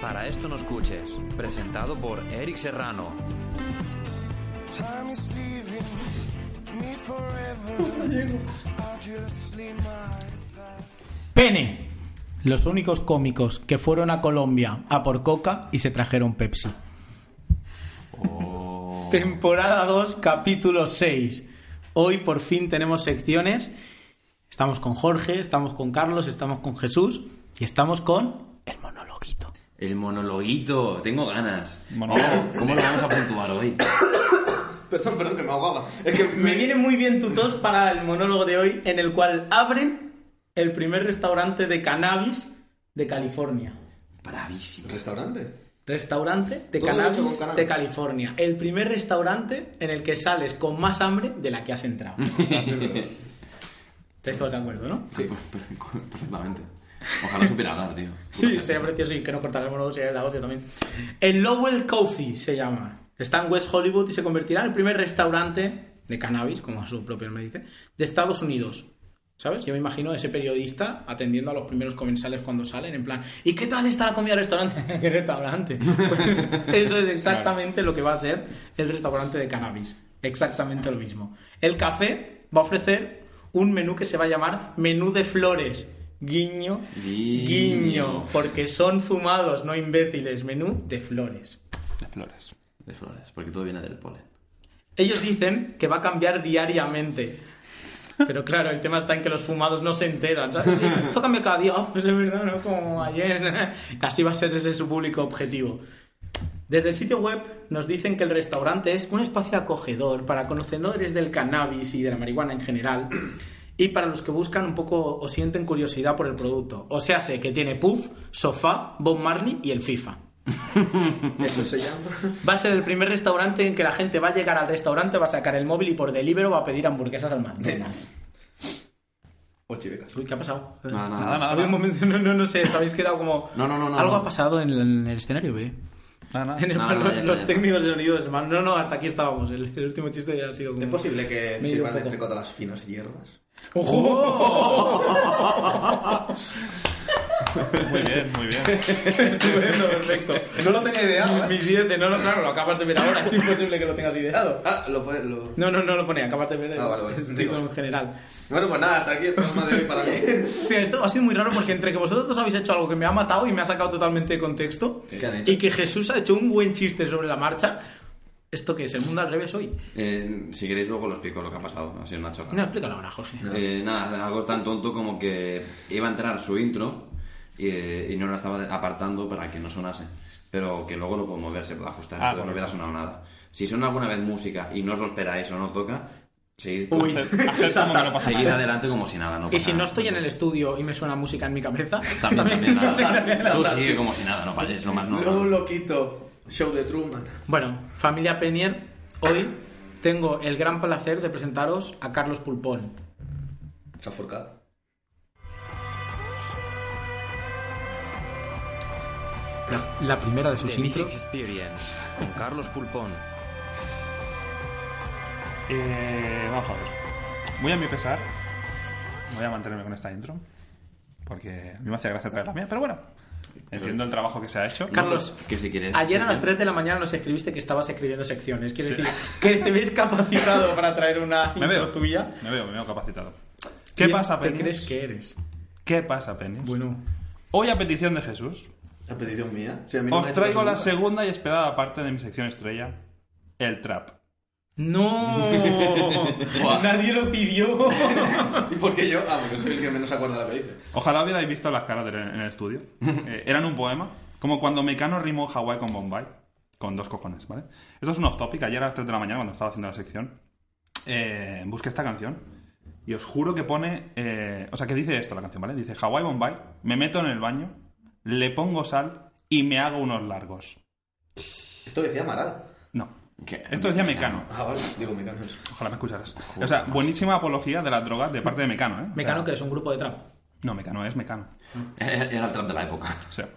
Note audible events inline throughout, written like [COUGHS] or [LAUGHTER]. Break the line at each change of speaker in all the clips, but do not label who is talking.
Para esto no escuches, presentado por Eric Serrano.
Pene. Los únicos cómicos que fueron a Colombia a por coca y se trajeron Pepsi. Temporada 2, capítulo 6. Hoy por fin tenemos secciones. Estamos con Jorge, estamos con Carlos, estamos con Jesús y estamos con el monologuito.
El monologuito, tengo ganas.
Monologo.
Oh, ¿Cómo lo vamos a puntuar hoy?
Perdón, perdón, que me ahogaba. Es que
Me viene muy bien tu tos para el monólogo de hoy, en el cual abren el primer restaurante de cannabis de California.
Bravísimo.
¿Restaurante?
Restaurante de
Todo hecho con
cannabis,
cannabis.
de California. El primer restaurante en el que sales con más hambre de la que has entrado. ¿Estáis todos de acuerdo, no?
Sí.
Pues, Perfectamente. Ojalá supiera hablar, tío.
Sí, sería precioso y que no cortar el monólogo sería el negocio también. El Lowell Coffee se llama. Está en West Hollywood y se convertirá en el primer restaurante de cannabis, como su propio nombre dice, de Estados Unidos. ¿Sabes? Yo me imagino a ese periodista atendiendo a los primeros comensales cuando salen, en plan, ¿y qué tal está la comida del restaurante? [LAUGHS] ¿Qué restaurante? Pues eso es exactamente lo que va a ser el restaurante de cannabis. Exactamente lo mismo. El café va a ofrecer un menú que se va a llamar menú de flores. Guiño,
Guiño.
guiño, porque son fumados, no imbéciles. Menú de flores.
De flores. De flores, porque todo viene del polen.
Ellos dicen que va a cambiar diariamente. Pero claro, el tema está en que los fumados no se enteran. ¿sabes? Sí, esto cambia cada día, Oh, pues es verdad, ¿no? Como ayer. [LAUGHS] Así va a ser ese su público objetivo. Desde el sitio web nos dicen que el restaurante es un espacio acogedor para conocedores del cannabis y de la marihuana en general y para los que buscan un poco o sienten curiosidad por el producto. O sea, sé que tiene puff, sofá, Bob Marley y el FIFA.
Eso se llama.
Va a ser el primer restaurante en que la gente va a llegar al restaurante, va a sacar el móvil y por delibero va a pedir hamburguesas al McDonald's.
O chivecas.
[LAUGHS] Uy, ¿qué ha pasado?
Nada, nada, nada,
Ha
nada.
habido un momento, no, no, no sé, os habéis quedado como...
No, no, no, no,
Algo
no. Ah,
ha pasado en el, en el escenario, ¿ve? Ah, En el-
Nada, nada, ya
los
está, ya está.
técnicos de sonido, hermano. No, no, hasta aquí estábamos. El, el último chiste ya ha sido como...
¿Es
[LAUGHS]
posible que
Me he ido
sirvan
un poco.
entre todas las finas hierbas?
¡Ojo! ¡Oh!
Muy bien, muy bien.
Estupendo,
[LAUGHS]
perfecto.
No lo tenía ideado, ¿eh?
Mi siguiente, no, no, claro, lo acabas de ver ahora. Es imposible que lo tengas ideado.
Ah, lo puedes... Lo...
No, no, no lo pone, acabas de ver.
Ah, vale, vale.
el-
Digo.
En general.
Bueno, pues nada, hasta aquí el programa de hoy para mí.
Sí, esto ha sido muy raro porque entre que vosotros dos habéis hecho algo que me ha matado y me ha sacado totalmente de contexto
¿Qué han hecho?
y que Jesús ha hecho un buen chiste sobre la marcha, ¿esto que es? ¿El mundo al revés hoy?
Eh, si queréis, luego lo explico lo que ha pasado. Ha sido una
Ah.
chorrada.
No, explícalo ahora, Jorge.
Eh, nada, algo tan tonto como que iba a entrar su intro eh, y no la estaba apartando para que no sonase. Pero que luego lo puedo mover, se puede ajustar,
Ah,
puede no
correcto.
hubiera sonado nada. Si suena alguna vez música y no os lo esperáis o no toca, seguid,
[LAUGHS] Uy.
Hacer- hacer como que no pasa
seguid
nada.
adelante como si nada. No
Y
pasa
si no
nada.
estoy en el estudio y me suena música en mi cabeza, [LAUGHS]
También, también.
no sé qué hacer.
nada. Tú sigue como si nada, no falles, lo más
Luego
normal.
lo quito. Show de Truman.
Bueno, familia Penier, hoy tengo el gran placer de presentaros a Carlos Pulpón.
Chaforcada.
La, la primera de sus intros.
Experience con Carlos Pulpón.
Eh, vamos a ver. Muy a mi pesar, voy a mantenerme con esta intro. Porque a mí me hacía gracia traer la mía, pero bueno. Entiendo el trabajo que se ha hecho.
Carlos,
No, que si quieres-
Este
ayer a
si
las
quieres-
3 de la mañana nos escribiste que estabas escribiendo secciones. Quiere decir que te ves capacitado para traer una
[LAUGHS] Me veo.
intro tuya.
Me veo, me veo capacitado. ¿Qué
¿Quién
pasa,
¿Te
Penis?
crees que eres?
¿Qué pasa, Penis?
Bueno,
Hoy, a petición de Jesús,
La petición mía. Si a mí no me
os
hace
traigo la
segunda.
segunda y esperada parte de mi sección estrella, el trap.
¡No!
Buah.
Nadie lo pidió.
[LAUGHS] ¿Y por qué yo? Ah, porque soy el que menos acuerda de lo que dice.
Ojalá hubierais visto las caras del- en el estudio. Eh, eran un poema. Como cuando Mecano rimó Hawái con Bombay. Con dos cojones, ¿vale? Esto es un off-topic. Ayer a las 3 de la mañana, cuando estaba haciendo la sección, eh, busqué esta canción. Y os juro que pone. eh, o sea, que dice esto la canción, ¿vale? Dice Hawaii Bombay, me meto en el baño, le pongo sal y me hago unos largos.
Esto decía Amaral.
No.
¿Qué?
Esto decía Mecano.
Ah, vale. Digo, mira.
Ojalá me escucharas. o sea, buenísima apología de las drogas de parte de Mecano, ¿eh? O
Mecano,
sea,
que es un grupo de trap.
No, Mecano es Mecano.
Era el trap de la época.
O sea.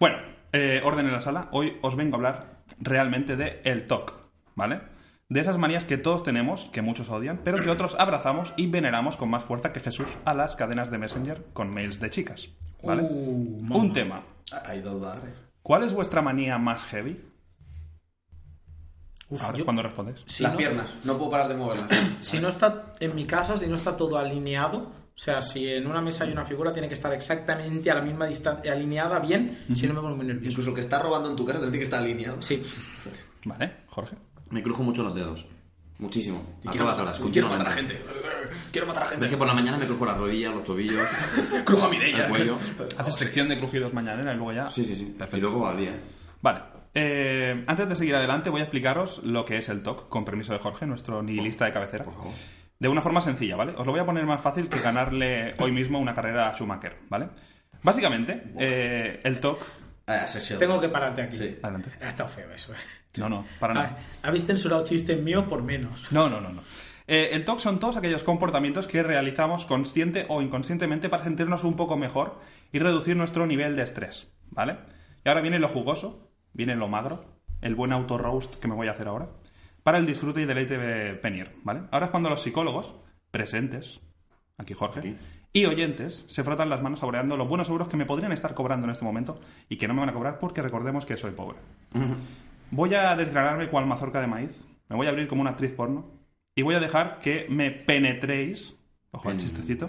Bueno, eh, orden en la sala. Hoy os vengo a hablar realmente de el TOC, ¿vale? De esas manías que todos tenemos, que muchos odian, pero que otros abrazamos y veneramos con más fuerza que Jesús a las cadenas de Messenger con mails de chicas, ¿vale?
Uh, mamá.
Un tema.
Hay dos bares.
¿Cuál es vuestra manía más heavy?
Uf,
Ahora es
yo-
cuando respondes.
si
Las
no-
piernas. No puedo parar de moverlas.
Si no está en mi casa, si no está todo alineado, o sea, si en una mesa hay una figura, tiene que estar exactamente a la misma distancia, alineada bien, si no me pongo muy nervioso.
Incluso el que está robando en tu casa tendría que estar alineado.
Sí.
¿Vale, Jorge?
Me crujo mucho los dedos. Muchísimo. A
Quiero
todas
matar,
horas.
quiero matar a
continuamente.
gente. Quiero matar a
Es que
gente.
por la mañana me crujo las rodillas, los tobillos,
Crujo a
el
Mireia. [LAUGHS]
cuello.
Haces sección de crujidos mañana y luego ya...
[LAUGHS] Sí, sí, sí. Y luego al día.
Vale. Eh, antes de seguir adelante, voy a explicaros lo que es el TOC, con permiso de Jorge, nuestro nihilista de cabecera.
Por favor.
De una forma sencilla, ¿vale? Os lo voy a poner más fácil que ganarle hoy mismo una carrera a Schumacher, ¿vale? Básicamente, eh, el TOC.
Ah, se- se-
Tengo que pararte aquí.
Sí.
Adelante.
Ha estado feo eso. eh.
No, no, para nada.
Ah, Habéis censurado chistes míos por
[LAUGHS]
menos.
No, no, no, no. Eh, el TOC son todos aquellos comportamientos que realizamos consciente o inconscientemente para sentirnos un poco mejor y reducir nuestro nivel de estrés, ¿vale? Y ahora viene lo jugoso, viene lo magro, el buen auto-roast que me voy a hacer ahora, para el disfrute y deleite de Penier, ¿vale? Ahora es cuando los psicólogos, presentes, aquí Jorge,
Aquí.
y oyentes se frotan las manos saboreando los buenos euros que me podrían estar cobrando en este momento y que no me van a cobrar porque recordemos que soy pobre. Voy a desgranarme cual mazorca de maíz. Me voy a abrir como una actriz porno. Y voy a dejar que me penetréis. Ojo al chistecito.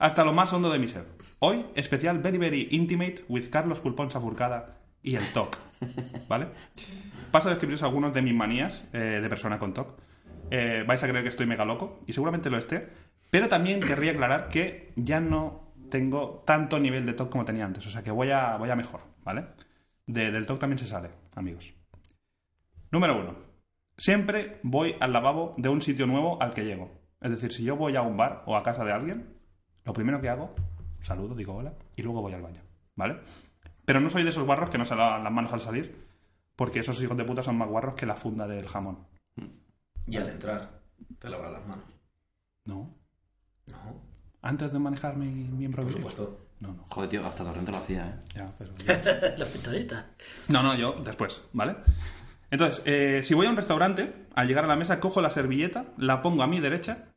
Hasta lo más hondo de mi ser. Hoy, especial Very Very Intimate with Carlos Pulpón Safurcada y el TOC. ¿Vale? Paso a describiros algunos de mis manías eh, de persona con TOC. Eh, vais a creer que estoy mega loco, y seguramente lo esté, pero también querría aclarar que ya no tengo tanto nivel de TOC como tenía antes, o sea que voy a, voy a mejor, ¿vale? De- del TOC también se sale, amigos. Número uno. Siempre voy al lavabo de un sitio nuevo al que llego. Es decir, si yo voy a un bar o a casa de alguien, lo primero que hago, saludo, digo hola, y luego voy al baño, ¿vale? Pero no soy de esos guarros que no se lavan las manos al salir, porque esos hijos de puta son más guarros que la funda del jamón.
Y al entrar, te lavas las manos.
No.
No,
Antes de manejar mi miembro
por
viril.
supuesto.
No, no.
Joder, tío, hasta Torrente lo hacía, ¿eh?
Ya,
[LAUGHS]
pero yo-
Las pistoletas.
No, no, yo después, ¿vale? Entonces, eh, si voy a un restaurante, al llegar a la mesa cojo la servilleta, la pongo a mi derecha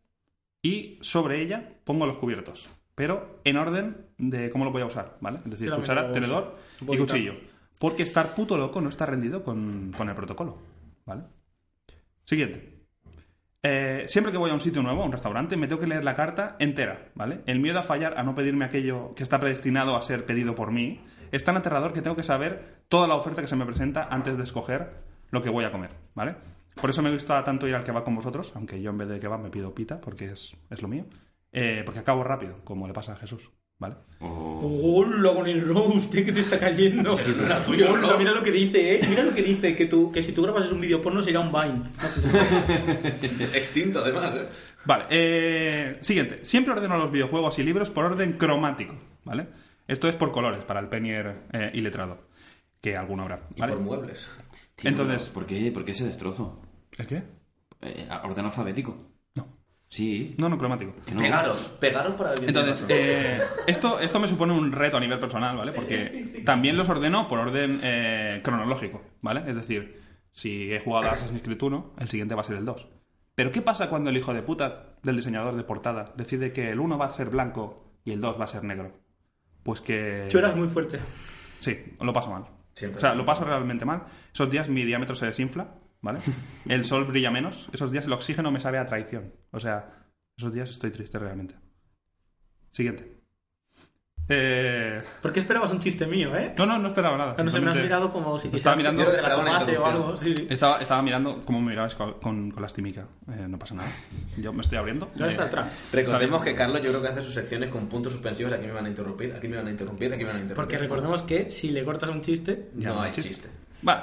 y sobre ella pongo los cubiertos. Pero en orden de cómo lo voy a usar, ¿vale? Es decir,
Yo también
cuchara,
lo uso.
tenedor
Un
y
poquito.
cuchillo. Porque estar puto loco no está rendido con, con el protocolo, ¿vale? Siguiente. Eh, siempre que voy a un sitio nuevo, a un restaurante, me tengo que leer la carta entera, ¿vale? El miedo a fallar, a no pedirme aquello que está predestinado a ser pedido por mí, es tan aterrador que tengo que saber toda la oferta que se me presenta antes de escoger lo que voy a comer, ¿vale? Por eso me gusta tanto ir al que va con vosotros, aunque yo en vez de que va me pido pita, porque es, es lo mío, eh, porque acabo rápido, como le pasa a Jesús, ¿vale?
O...
Hola con el roast, tío, que te está cayendo.
era tuyo,
Hola,
¿no?
Mira lo que dice, eh. Mira lo que dice, que, tú, que si tú grabas un vídeo porno sería un Vine.
[LAUGHS] Extinto, además. ¿eh?
Vale, eh, siguiente. Siempre ordeno los videojuegos y libros por orden cromático, ¿vale? Esto es por colores, para el penier eh, y letrado, que alguno habrá,
Y
¿vale?
por muebles.
Tío,
Entonces-
¿por qué, ¿Por qué ese destrozo?
¿El qué?
Eh, ¿Orden alfabético?
No.
Sí.
No, no cromático.
que no.
Pegaros, pegaros para ver quién tiene
Entonces,
razón.
eh, esto, esto me supone un reto a nivel personal, ¿vale?
[LAUGHS]
Porque también los ordeno por orden eh, cronológico, ¿vale? Es decir, si he jugado a Assassin's Creed 1, el siguiente va a ser el 2. Pero ¿qué pasa cuando el hijo de puta del diseñador de portada decide que el 1 va a ser blanco y el 2 va a ser negro? Pues que...
Lloras muy fuerte.
Sí, lo paso mal.
Siempre.
O sea, lo paso realmente mal. Esos días mi diámetro se desinfla,
[LAUGHS]
¿vale? El sol brilla menos. Esos días el oxígeno me sabe a traición. O sea, esos días estoy triste realmente. Siguiente. Eh,
¿Por qué esperabas un chiste mío, eh?
No, no, no esperaba nada.
No sé, me has
Simplemente
mirado como si quisieras
Estaba
que
mirando...
te la
Era una
chupase o
introducción.
algo. Sí, sí.
Estaba, estaba mirando cómo me mirabas con, con, con lastimica. Eh, no pasa nada. Yo me estoy abriendo.
¿Dónde está
Eh,
el trap?
Recordemos que Carlos yo creo que hace sus secciones con puntos suspensivos. Aquí me van a interrumpir, aquí me van a interrumpir, aquí me van a interrumpir.
Porque recordemos que si le cortas un chiste,
No, hay chiste.
Vale.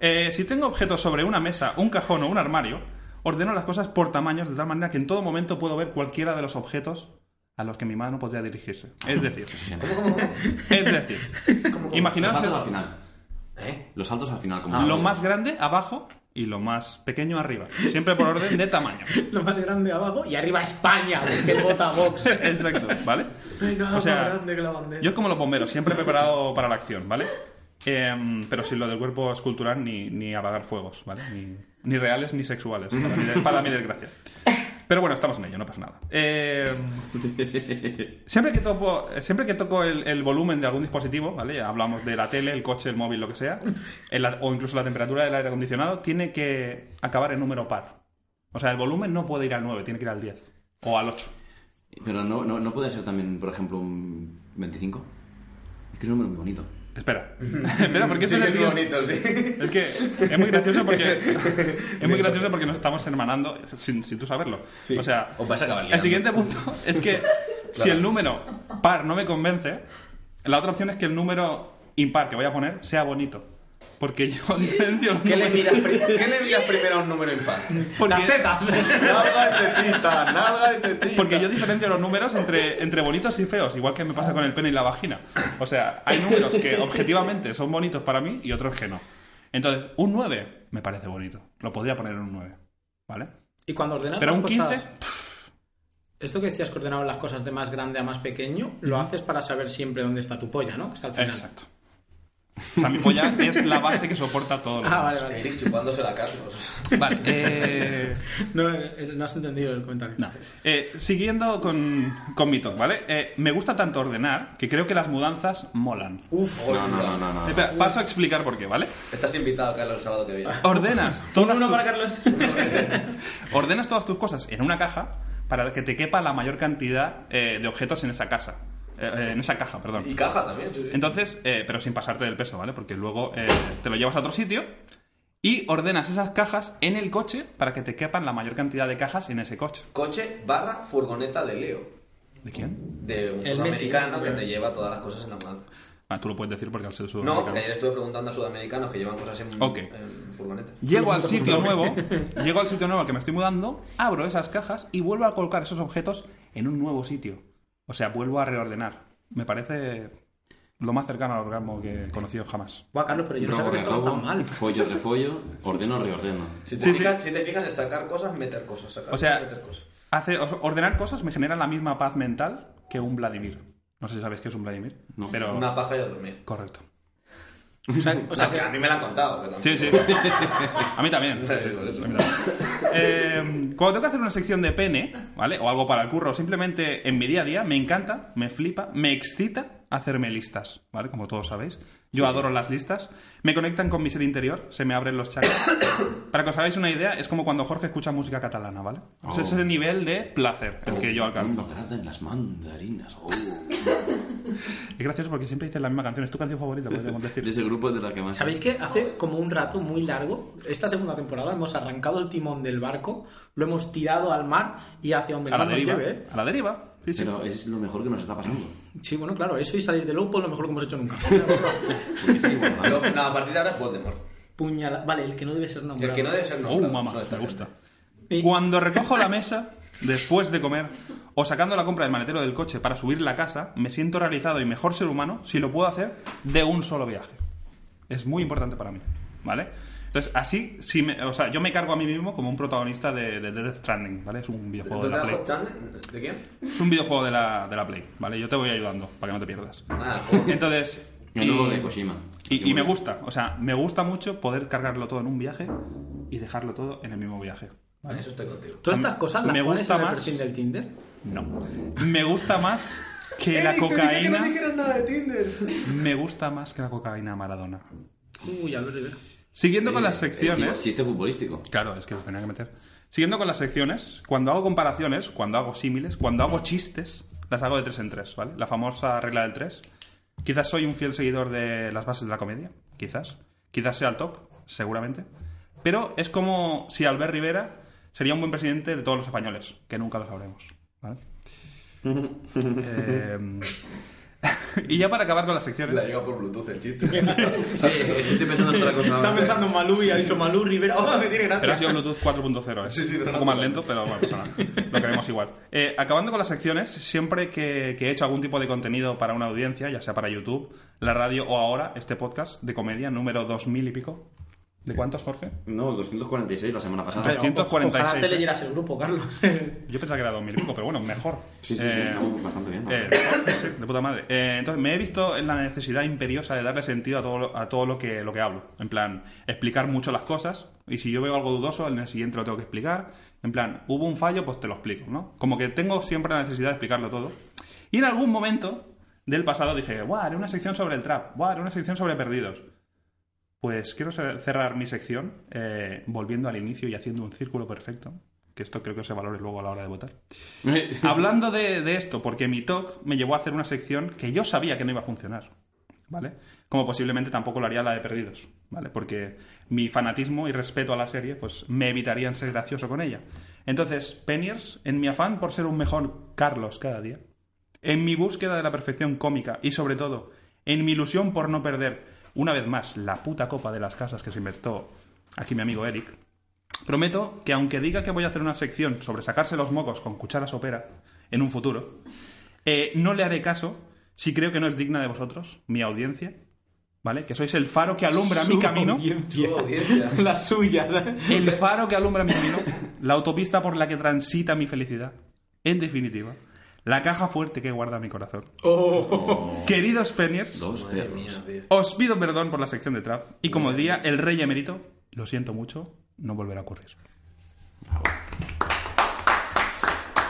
Eh, si tengo objetos sobre una mesa, un cajón o un armario, Ordeno las cosas por tamaños de tal manera que en todo momento puedo ver cualquiera de los objetos a los que mi mano podría dirigirse. Es decir, [LAUGHS] es decir,
Los
imaginaos
saltos al
el-
final.
¿Eh?
Los saltos al final, como.
lo más grande abajo y lo más pequeño arriba. Siempre por orden de tamaño.
Lo más grande abajo y arriba España, porque vota [LAUGHS] Vox.
[LAUGHS] Exacto, ¿vale?
No hay nada
O sea,
más grande que la bandera.
Yo es como los bomberos, siempre preparado para la acción, ¿vale? Em, pero sin lo del cuerpo escultural ni, ni apagar fuegos, ¿vale? Ni, ni reales ni sexuales, para mi, para mi desgracia. Pero bueno, estamos en ello, no pasa nada. Em, siempre que topo, siempre que toco el, el volumen de algún dispositivo, ¿vale? Ya Hablamos de la tele, el coche, el móvil, lo que sea, el a- o incluso la temperatura del aire acondicionado, tiene que acabar en número par. O sea, el volumen no puede ir al 9, tiene que ir al 10 o al 8.
Pero no, no, no puede ser también, por ejemplo, un 25. Es que es un número muy bonito.
[LAUGHS]
Espera. Espera, porque
Sí, que
eso no
es
sigue-
bonito, sí.
Es que es muy gracioso
[LAUGHS]
porque es muy gracioso porque nos estamos hermanando sin, sin tú saberlo.
Sí.
O sea,
[LAUGHS] Os vais a acabar
el
liando.
siguiente punto [LAUGHS] es que si el número par no me convence, la otra opción es que el número impar que voy a poner sea bonito. Porque yo [LAUGHS] entendio los
¿Qué le,
[LAUGHS]
números-
miras pri- ¿Qué le miras primero a un número impar?
porque,
Las tetas.
Nalga de tetita, nalga de tetita.
porque yo diferencio los números entre, entre bonitos y feos, igual que me pasa con el pene y la vagina. O sea, hay números que objetivamente son bonitos para mí y otros que no. Entonces, un 9 me parece bonito. Lo podría poner en un 9. ¿Vale?
Y cuando ordenas
Pero
las
un 15
cosas- Esto que decías que ordenabas las cosas de más grande a más pequeño, lo haces para saber siempre dónde está tu polla, ¿no? Que está al final.
Exacto. O sea, mi polla es la base que soporta todo lo
Ah, vale,
demás.
vale.
Eric chupándose la Carlos.
Vale, eh,
No, eh, no has entendido el comentario.
no. Eh, siguiendo con, con mi top, ¿vale? Eh, me gusta tanto ordenar que creo que las mudanzas molan.
Uf,
No, no, no, no. no.
Espera, paso a explicar por qué, ¿vale?
Estás invitado, Carlos, el sábado que viene.
[LAUGHS]
Ordenas todas,
uno
tu-
para Carlos.
ordenas todas tus cosas en una caja para que te quepa la mayor cantidad eh, de objetos en esa casa. Eh, eh, en esa caja, perdón.
Y caja también, sí, sí.
Entonces, eh, pero sin pasarte del peso, ¿vale? Porque luego eh, te lo llevas a otro sitio y ordenas esas cajas en el coche para que te quepan la mayor cantidad de cajas en ese coche.
Coche barra furgoneta de Leo.
¿De quién?
De un
El Messi,
sudamericano
creo.
que te lleva todas las cosas en la mano.
Ah, tú lo puedes decir porque al ser
No,
sudamericano.
eh,
porque ayer estuve preguntando a sudamericanos que llevan cosas en,
Ok.
en furgonetas.
Llego al sitio nuevo, llego al sitio nuevo al que me estoy mudando, abro esas cajas y vuelvo a colocar esos objetos en un nuevo sitio. O sea, vuelvo a reordenar. Me parece lo más cercano al orgasmo que he conocido jamás.
[LAUGHS] Buah, Carlos, pero yo no
Robo,
sabía que estabas
robo,
tan mal.
Follo, refollo, ordeno, reordeno.
Si te, fijas, si te fijas, es sacar cosas, meter cosas. Sacar
O sea,
cosas, meter cosas.
hace, o- ordenar cosas me genera la misma paz mental que un Vladimir. No sé si sabéis qué es un Vladimir.
No.
pero...
Una paja y a dormir.
Correcto.
O sea, o
O
sea
sea, que a mí me la han contado. que tampoco-
Sí, sí. A mí también. Sí, sí,
por eso.
a mí también. Eh, cuando tengo que hacer una sección de pene, ¿vale? O algo para el curro, simplemente en mi día a día me encanta, me flipa, me excita hacerme listas, ¿vale? Como todos sabéis. Yo adoro las listas. Me conectan con mi ser interior, se me abren los chakras. [COUGHS] para que os hagáis una idea, es como cuando Jorge escucha música catalana, ¿vale? O sea,
Oh.
Es ese nivel de placer el que yo alcanzo.
Me agradan las mandarinas. Oh. [LAUGHS]
Es gracioso porque siempre dices la misma canción. Es tu canción favorita, podríamos
De
decir.
ese grupo es de la que más.
¿Sabéis que hace como un rato muy largo, esta segunda temporada, hemos arrancado el timón del barco, lo hemos tirado al mar y hacia donde
A la
no nos
deriva.
lleve, ¿eh?
A la deriva. Sí, sí.
Pero es lo mejor que nos está pasando.
Sí, bueno, claro, eso y salir del Opo es lo mejor que hemos hecho
[LAUGHS]
nunca.
Porque está igualado.
Pero, no, a partir de ahora es Voldemort.
Puñala. Vale, el que no debe ser nombrado.
El que no debe ser
Oh,
nombrado.
mamá,
Solo
me
está
gusta.
gente.
Y-
Cuando recojo la mesa después de comer o sacando la compra del maletero del coche para subir la casa, me siento realizado y mejor ser humano si lo puedo hacer de un solo viaje. Es muy importante para mí, ¿vale? Entonces, así, si me- o sea, yo me cargo a mí mismo como un protagonista de, de Death Stranding, ¿vale? Es un videojuego
¿Tú
de
te
la
das
Play.
los chances? ¿De quién?
Es un videojuego de la, de la Play, ¿vale? Yo te voy ayudando para que no te pierdas.
Ah,
[LAUGHS]
joder.
Entonces...
[LAUGHS] El nuevo de Kojima.
Y, y me gusta, o sea, me gusta mucho poder cargarlo todo en un viaje y dejarlo todo en el mismo viaje.
Vale, eso estoy contigo.
Todas estas cosas las
Me
pones
gusta
en el
más.
perfil del Tinder.
No. Me gusta más
[LAUGHS]
que
Eh,
la cocaína.
dijeras nada de Tinder.
Me gusta más que la cocaína Maradona.
Uy, Albert Rivera.
Siguiendo con
Eh,
las
Chiste,
secciones.
chiste futbolístico.
Claro, es que lo tenía que meter. Siguiendo con las secciones, cuando hago comparaciones, cuando hago símiles, cuando hago chistes, las hago de tres en tres, ¿vale? La famosa regla del tres. Quizás soy un fiel seguidor de las bases de la comedia, quizás. Quizás sea el top, seguramente. Pero es como si Albert Rivera sería un buen presidente de todos los españoles, que nunca lo sabremos, ¿vale? Eh, [LAUGHS] y ya para acabar con las secciones.
La llega por Bluetooth el chiste.
Sí, estoy pensando en otra cosa.
Está
ahora.
pensando en Malú y ha dicho Malú Rivera. ¡Oh, me tiene gracia!
Pero ha sido Bluetooth 4.0, ¿eh?
Sí, sí,
un
pero
poco
no-
más lento, pero bueno, pasa nada. lo queremos igual. Eh, acabando con las secciones, siempre que, que he hecho algún tipo de contenido para una audiencia, ya sea para YouTube, la radio o ahora este podcast de comedia número 2000 y pico. ¿De cuántos, Jorge?
No, 246 la semana pasada.
Pero- 346,
Ojalá te
¿eh?
leyeras el grupo, Carlos.
Yo pensaba que era 2000 y pico, pero bueno, mejor.
Sí, sí, sí,
Eh,
no, bastante bien. ¿no?
Eh, sí, de puta madre. Eh, entonces me he visto en la necesidad imperiosa de darle sentido a todo, lo- a todo lo, que, lo que hablo. En plan, explicar mucho las cosas. Y si yo veo algo dudoso, en el siguiente lo tengo que explicar. En plan, hubo un fallo, pues te lo explico, ¿no? Como que tengo siempre la necesidad de explicarlo todo. Y en algún momento del pasado dije, guau, haré una sección sobre el trap, guau, haré una sección sobre perdidos. Pues quiero cer- cerrar mi sección eh, volviendo al inicio y haciendo un círculo perfecto. Que esto creo que se valore luego a la hora de votar. [LAUGHS] Hablando de, de esto, porque mi talk me llevó a hacer una sección que yo sabía que no iba a funcionar, ¿vale? Como posiblemente tampoco lo haría la de Perdidos, ¿vale? Porque mi fanatismo y respeto a la serie, pues me evitarían ser gracioso con ella. Entonces, Penniers, en mi afán por ser un mejor Carlos cada día, en mi búsqueda de la perfección cómica y sobre todo en mi ilusión por no perder una vez más la puta copa de las casas que se inventó aquí mi amigo Eric, Prometo que aunque diga que voy a hacer una sección sobre sacarse los mocos con cuchara sopera en un futuro, eh, no le haré caso si creo que no es digna de vosotros, mi audiencia, ¿vale? Que sois el faro que alumbra mi camino.
Su audiencia.
La suya.
El faro que alumbra mi camino, la autopista por la que transita mi felicidad. En definitiva, la caja fuerte que guarda mi corazón. Queridos Peniers,
Dos
Madre
perros.
mía, tío.
os pido perdón por la sección de trap y como diría el rey emérito, lo siento mucho, no volverá a ocurrir.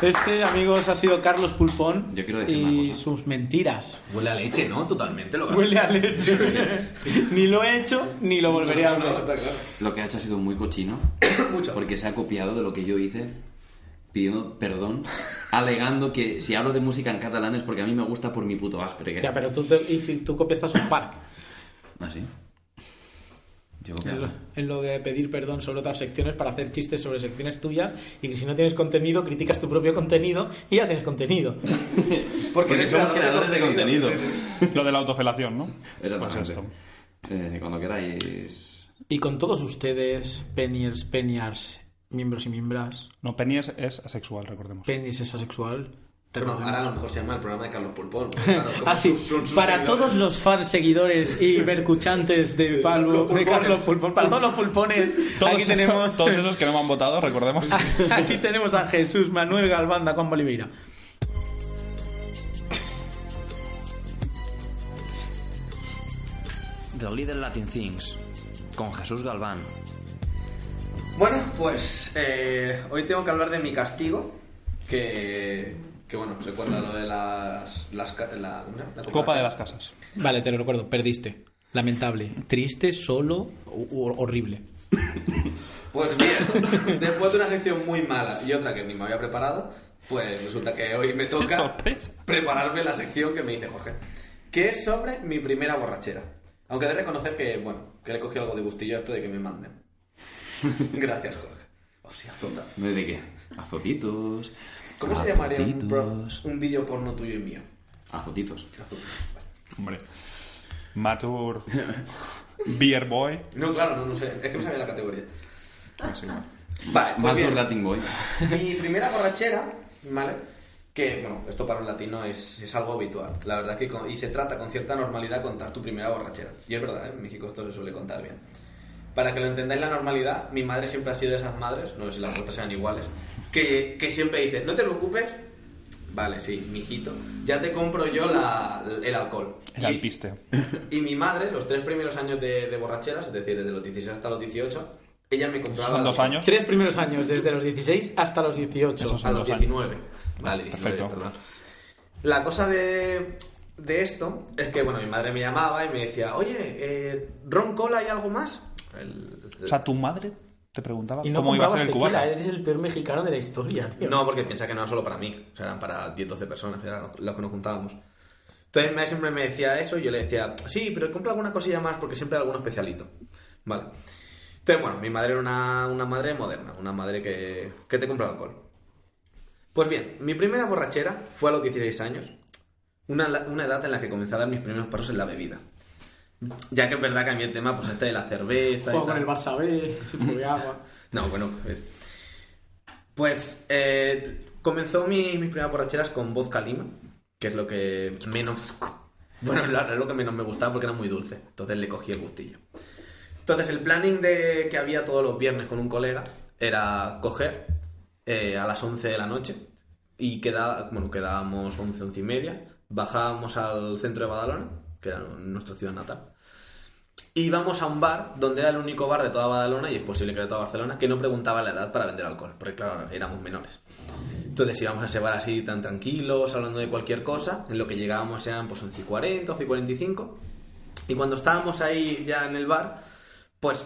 Este, amigos, ha sido Carlos Pulpón.
Yo quiero decir
y
una cosa.
sus mentiras.
Huele a leche, ¿no? Totalmente lo que
Huele a leche. ni lo he hecho, ni lo volveré a
No, no,
hacer.
está claro.
[LAUGHS] Lo que ha hecho ha sido
[COUGHS]
muy cochino.
Mucho.
Porque se ha copiado de lo que yo hice, pidiendo perdón, alegando que si hablo de música en catalán es porque a mí me gusta por mi puto áspero.
Ya, pero tú, te, y tú copias a un park.
¿Ah, sí? Yo
En
copiado.
lo- En lo de pedir perdón sobre otras secciones para hacer chistes sobre secciones tuyas y que si no tienes contenido, criticas tu propio contenido y ya tienes contenido.
Porque
eres
somos
creador
creadores de contenido.
Lo de la autofelación, ¿no? Pues
Exactamente.
esto.
Eh, cuando queráis.
Y con todos ustedes, peniers, peniars, miembros y miembras,
No, Penny es, es asexual, recordemos.
penis es asexual.
Pero no,
recordemos.
ahora a lo mejor se llama el programa de Carlos Pulpón. porque, claro, como
Ah, sí.
sus- son sus
para
seguidores.
todos los fans, seguidores y percuchantes
[LAUGHS]
de, Pablo,
Los
de
pulpones.
Carlos Pulpón, para todos los pulpones,
Todos,
aquí
esos,
tenemos,
todos esos que no me han votado, recordemos.
[LAUGHS]
Ah.
aquí tenemos a Jesús Manuel Galván da Juan Oliveira.
The Little Latin Things con Jesús Galván.
Bueno, pues eh, hoy tengo que hablar de mi castigo, que, que bueno, recuerda lo de las, las ca- la, ¿cómo se llama? La
Copa de las Casas.
Vale, te lo recuerdo, perdiste. Lamentable, triste, solo, o- o- horrible.
Pues bien, después de una sección muy mala y otra que ni me había preparado, pues resulta que hoy me
¡Qué
toca
[LAUGHS] sorpresa!
prepararme la sección que me dice Jorge, que es sobre mi primera borrachera. Aunque he de reconocer que, bueno, que le cogí algo de gustillo a esto de que me manden. Gracias, Jorge. O sea, total.
¿De de qué? Azotitos.
¿Cómo se llamaría un, pro-
Azotitos.
un vídeo porno tuyo y mío?
Azotitos.
Hombre. Matur. Beer Boy.
No, claro, no, no sé. Es que me sabía la categoría.
Ah, sí, bueno.
Vale, pues
Mato
bien.
Latin Boy.
Mi primera borrachera, ¿vale? Que, bueno, esto para un latino es, es algo habitual. La verdad que, con- y se trata con cierta normalidad contar tu primera borrachera. Y es verdad, ¿eh? en México esto se suele contar bien. Para que lo entendáis la normalidad, mi madre siempre ha sido de esas madres, no sé si las vuestras sean iguales, que, que siempre dice, no te preocupes, vale, sí, mijito, ya te compro yo la- el alcohol.
El
Y-
alpiste.
y mi madre, los tres primeros años de, de borracheras, es decir, desde los 16 hasta los 18, ella me compraba...
Son dos
la-
años.
Tres primeros años, desde los 16 hasta los 18.
Eso sí.
a
Son
los
dos
19. Vale, 19,
Perfecto.
perdón. La cosa de, de esto es que, bueno, mi madre me llamaba y me decía, oye, eh, ¿ron cola y algo más? El-
O sea, tu madre te preguntaba
Y no
cómo iba a
comprabas
ser el
tequila,
cubano.
eres el peor mexicano de la historia, tío.
No, porque piensa que no era solo para mí, o sea, eran para 10, 12 personas, eran los que nos juntábamos. Entonces mi madre siempre me decía eso y yo le decía, sí, pero compra alguna cosilla más porque siempre hay algún especialito. Vale. Entonces, bueno, mi madre era una, una madre moderna, una madre que, que te compra alcohol. Pues bien, mi primera borrachera fue a los 16 años. una, la- una edad en la que comencé a dar mis primeros pasos en la bebida. Ya que es verdad que a mí el tema, pues este de la cerveza y
Juego con
tal.
el Barça B, [LAUGHS] siempre de agua.
No, bueno, pues. Pues eh, comenzó mi- mis primeras borracheras con vodka lima, que es lo que menos. Bueno, la- es lo que menos me gustaba porque era muy dulce. Entonces le cogí el gustillo. Entonces el planning de que había todos los viernes con un colega era coger eh, a las 11 de la noche y queda, bueno, quedábamos 11, 11 y media, bajábamos al centro de Badalona, que era nuestra ciudad natal, íbamos a un bar donde era el único bar de toda Badalona y es posible que de toda Barcelona que no preguntaba la edad para vender alcohol, porque claro, éramos menores. Entonces íbamos a ese bar así tan tranquilos, hablando de cualquier cosa, en lo que llegábamos eran pues 11 y 40, 11 y 45, y cuando estábamos ahí ya en el bar, pues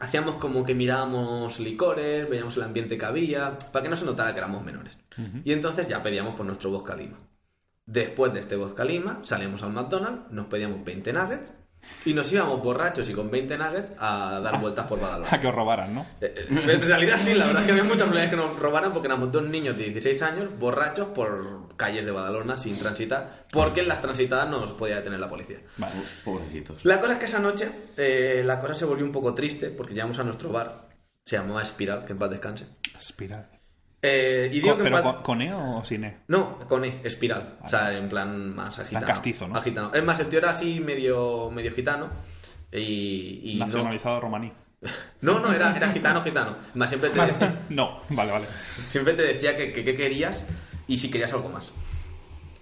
hacíamos como que mirábamos licores, veíamos el ambiente que había, para que no se notara que éramos menores. Y entonces ya pedíamos por nuestro vodka lima. Después de este vodka lima, salíamos al McDonald's, nos pedíamos 20 nuggets y nos íbamos borrachos y con 20 nuggets a dar vueltas por Badalona.
A que os robaran, ¿no?
Eh, eh, En realidad sí, la verdad es que había muchas probabilidades que nos robaran porque éramos dos niños de 16 años, borrachos, por calles de Badalona sin transitar, porque en las transitadas nos podía detener la policía.
Vale.
Pobrecitos.
La cosa es que esa noche eh, la cosa se volvió un poco triste porque llegamos a nuestro bar, se llamaba Espiral, que en paz descanse.
Espiral.
Eh, y digo
Co-
que en
¿Pero
paz-
con, con E o sin E?
No, con E, Espiral. O sea, en plan más agitano.
castizo, ¿no?
Agitano. Es más, el tío era así medio, medio gitano. Y, y no,
Nacionalizado romaní. [LAUGHS]
no, no, era, era gitano, gitano. Más siempre te decía,
No, vale, vale.
siempre te decía que, que- que querías y si querías algo más.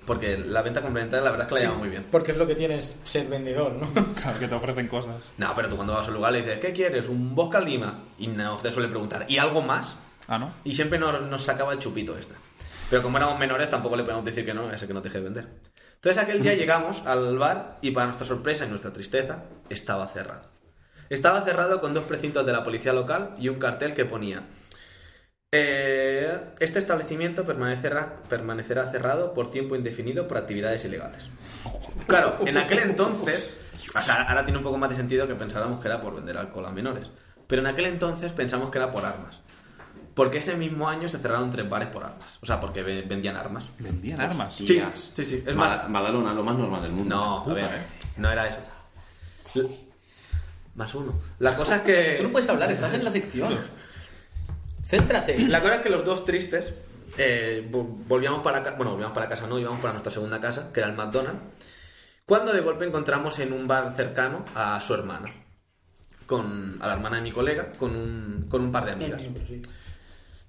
Porque la venta complementaria la verdad es que la lleva muy bien.
Porque es lo que tienes ser vendedor, ¿no? [LAUGHS]
Claro que te ofrecen cosas.
No, pero tú cuando vas a un lugar le dices, ¿qué quieres? ¿Un bosque al lima? Y no, te suele preguntar, ¿y algo más?
Ah, ¿no?
Y siempre nos, nos sacaba el chupito esta. Pero como éramos menores, tampoco le podíamos decir que no, ese que no te deje de vender. Entonces aquel día llegamos al bar y para nuestra sorpresa y nuestra tristeza, estaba cerrado. Estaba cerrado con dos precintos de la policía local y un cartel que ponía eh, Este establecimiento permanecerá, permanecerá cerrado por tiempo indefinido por actividades ilegales. Claro, en aquel entonces, o sea, ahora tiene un poco más de sentido que pensábamos que era por vender alcohol a menores. Pero en aquel entonces pensamos que era por armas. Porque ese mismo año se cerraron tres bares por armas. O sea, porque ve- vendían armas.
Vendían armas.
Sí, sí, sí. Es más,
Madalona, lo más normal del mundo.
no, a
Puta,
ver,
eh.
no era eso. La- Más uno. La cosa es que.
Tú no puedes hablar, estás en la sección. Céntrate.
La cosa es que los dos tristes eh, vo- volvíamos para casa, bueno, volvíamos para casa no, íbamos para nuestra segunda casa, que era el McDonald's, cuando de golpe encontramos en un bar cercano a su hermana, con, a la hermana de mi colega, con un, con un par de amigas.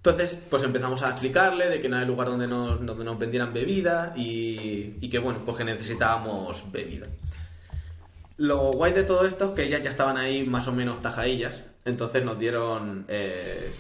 Entonces, pues empezamos a explicarle de que no era el lugar donde nos, donde nos vendieran bebida y, y que, bueno, pues que necesitábamos bebida. Lo guay de todo esto es que ellas ya estaban ahí más o menos tajadillas, entonces nos dieron... eh,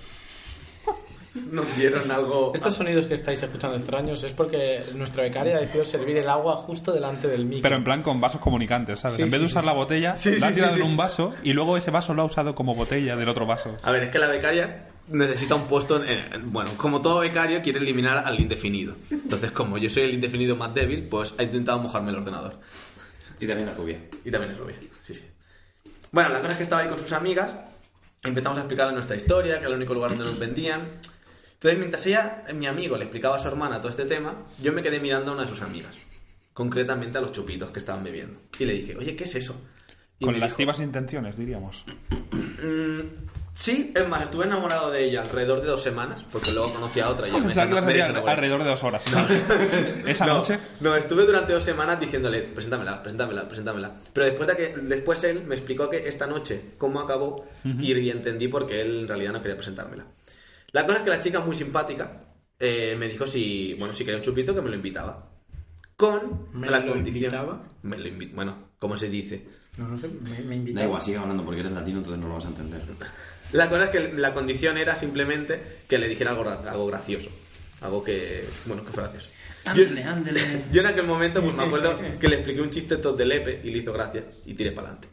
nos dieron algo...
Estos sonidos que estáis escuchando extraños es porque nuestra becaria decidió servir el agua justo delante del micro.
Pero en plan con vasos comunicantes, ¿sabes?
Sí,
en vez de
sí,
usar
sí.
la botella,
Sí,
la ha
sí,
tirado
sí,
en
sí.
un vaso y luego ese vaso lo ha usado como botella del otro vaso.
A ver, es que la becaria necesita un puesto. en- bueno, como todo becario, quiere eliminar al indefinido. Entonces, como yo soy el indefinido más débil, pues ha intentado mojarme el ordenador.
Y también la cubia.
Y también es rubia. Sí, sí. Bueno, la cosa es que estaba ahí con sus amigas. Empezamos a explicarle nuestra historia, que era el único lugar donde nos vendían. Entonces, mientras ella, mi amigo, le explicaba a su hermana todo este tema, yo me quedé mirando a una de sus amigas. Concretamente a los chupitos que estaban bebiendo. Y le dije, oye, ¿qué es eso? Y
Con
me dijo,
lascivas intenciones, diríamos.
Sí, es más, estuve enamorado de ella alrededor de dos semanas, porque luego conocí a otra y ya me,
Ah, Pensaba
desa-
que ibas a
me
decir
desenamoré.
alrededor de dos horas. [LAUGHS] Esa
No,
noche.
No, estuve durante dos semanas diciéndole, preséntamela, preséntamela, preséntamela. Pero después, de que, después él me explicó que esta noche, cómo acabó, y entendí porque él en realidad no quería presentármela. La cosa es que la chica, muy simpática, eh, me dijo si, bueno, si quería un chupito que me lo invitaba. Con
¿Me
la
lo
condición.
invitaba?
Me lo invi- bueno, ¿cómo se dice?
No, no sé, me, me
Da
invitaba.
igual, sigue hablando porque eres latino, entonces no lo vas a entender.
La cosa es que la condición era simplemente que le dijera algo, gra- algo gracioso. Algo que, bueno, que fuera gracioso.
Ándale, ándale.
Yo en aquel momento pues, me acuerdo que le expliqué un chiste tot de Lepe y le hizo gracia y tiré para adelante.